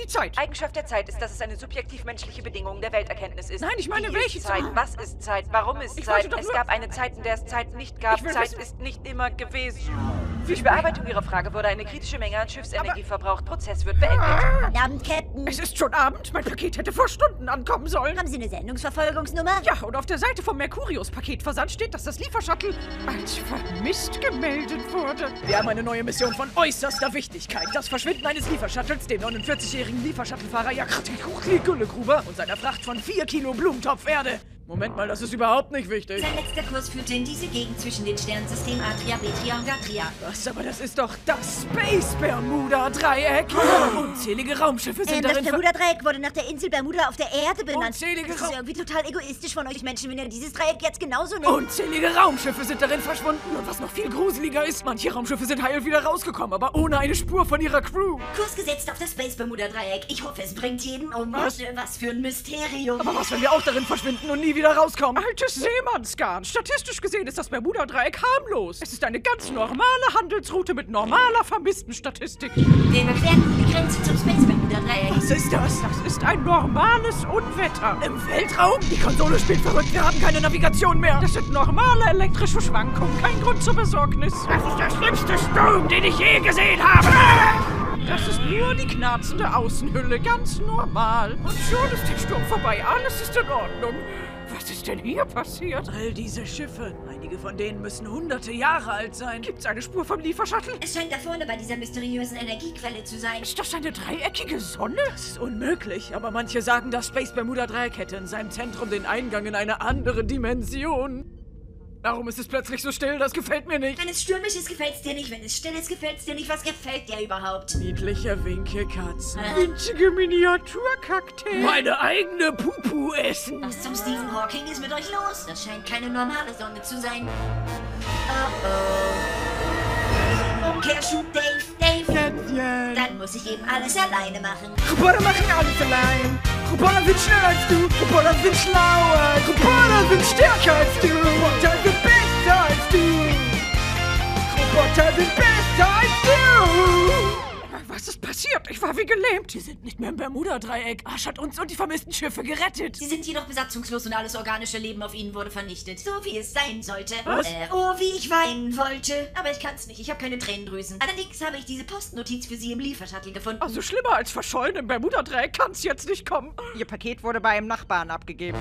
die Zeit? Eigenschaft der Zeit ist, dass es eine subjektiv-menschliche Bedingung der Welterkenntnis ist. Nein, ich meine, Wie welche ist Zeit? Zeit? Was ist Zeit? Warum ist Ich wollte Zeit? doch Es nur- gab eine Zeit, in der es Zeit nicht gab. Ich will Zeit wissen- ist nicht immer gewesen. Für die Bearbeitung Ihrer Frage wurde eine kritische Menge an Schiffsenergie verbraucht. Prozess wird beendet. Guten Abend, Captain. Es ist schon Abend, mein Paket hätte vor Stunden ankommen sollen. Haben Sie eine Sendungsverfolgungsnummer? Ja, und auf der Seite vom Mercurius-Paketversand steht, dass das Liefershuttle als vermisst gemeldet wurde. Wir haben eine neue Mission von äußerster Wichtigkeit. Das Verschwinden eines Liefershuttles, dem 49-jährigen Liefershuttlefahrer Jakatikuchli Güllegruber und seiner Fracht von 4 Kilo Blumentopferde. Moment mal, das ist überhaupt nicht wichtig. Sein letzter Kurs führte in diese Gegend zwischen den Sternsystemen Atria, Betria und Gatria. Was, aber das ist doch das Space Bermuda Dreieck. Unzählige Raumschiffe sind Ähm, das darin ver... Bermuda-Dreieck wurde nach der Insel Bermuda auf der Erde benannt. Unzählige das ist Ra- irgendwie total egoistisch von euch Menschen, wenn ihr dieses Dreieck jetzt genauso nennt. Unzählige Raumschiffe sind darin verschwunden und was noch viel gruseliger ist, manche Raumschiffe sind heil wieder rausgekommen, aber ohne eine Spur von ihrer Crew. Kurs gesetzt auf das Space Bermuda Dreieck. Ich hoffe, es bringt jeden um. Was? Äh, Was für ein Mysterium. Aber was, wenn wir auch darin verschwinden und nie wieder rauskommen? Altes Seemannsgarn. Statistisch gesehen ist das Bermuda-Dreieck harmlos. Es ist eine ganz normale Handelsroute mit normaler Vermisstenstatistik. Wir überqueren die Grenze zum Space Bermuda Dreieck. Was ist das? Das ist ein normales Unwetter. Im Weltraum? Die Konsole spielt verrückt. Wir haben keine Navigation mehr. Das sind normale elektrische Schwankungen. Kein Grund zur Besorgnis. Das ist der schlimmste Sturm, den ich je gesehen habe. Das ist nur die knarzende Außenhülle. Ganz normal. Und schon ist der Sturm vorbei. Alles ist in Ordnung. Was ist denn hier passiert? All diese Schiffe, einige von denen müssen hunderte Jahre alt sein. Gibt's eine Spur vom Liefershuttle? Es scheint da vorne bei dieser mysteriösen Energiequelle zu sein. Ist das eine dreieckige Sonne? Das ist unmöglich, aber manche sagen, das Space Bermuda Dreieck hätte in seinem Zentrum den Eingang in eine andere Dimension. Warum ist es plötzlich so still? Das gefällt mir nicht. Wenn es stürmisch ist, gefällt's dir nicht. Wenn es still ist, gefällt's dir nicht. Was gefällt dir überhaupt? Niedliche Winkelkatzen. Äh. Winzige Miniaturkakteen. Meine eigene Pupu essen. Was zum Stephen Hawking ist mit euch los? Das scheint keine normale Sonne zu sein. Oh oh. Umkehrschub, Dave, Dave. Dann muss ich eben alles alleine machen. Roboter machen alles allein. Roboter sind schneller als du. Roboter sind schlauer. als du. Roboter sind stärker als du. Roboter sind besser als du. Roboter sind besser als du. Was ist passiert? Ich war wie gelähmt. Wir sind nicht mehr im Bermuda-Dreieck. Asch hat uns und die vermissten Schiffe gerettet. Sie sind jedoch besatzungslos und alles organische Leben auf ihnen wurde vernichtet. So wie es sein sollte. Was? Äh, oh, wie ich weinen wollte. Aber ich kann's nicht. Ich habe keine Tränendrüsen. Allerdings habe ich diese Postnotiz für Sie im Liefershuttle gefunden. Also schlimmer als verschollen im Bermuda-Dreieck kann's jetzt nicht kommen. Ihr Paket wurde bei einem Nachbarn abgegeben.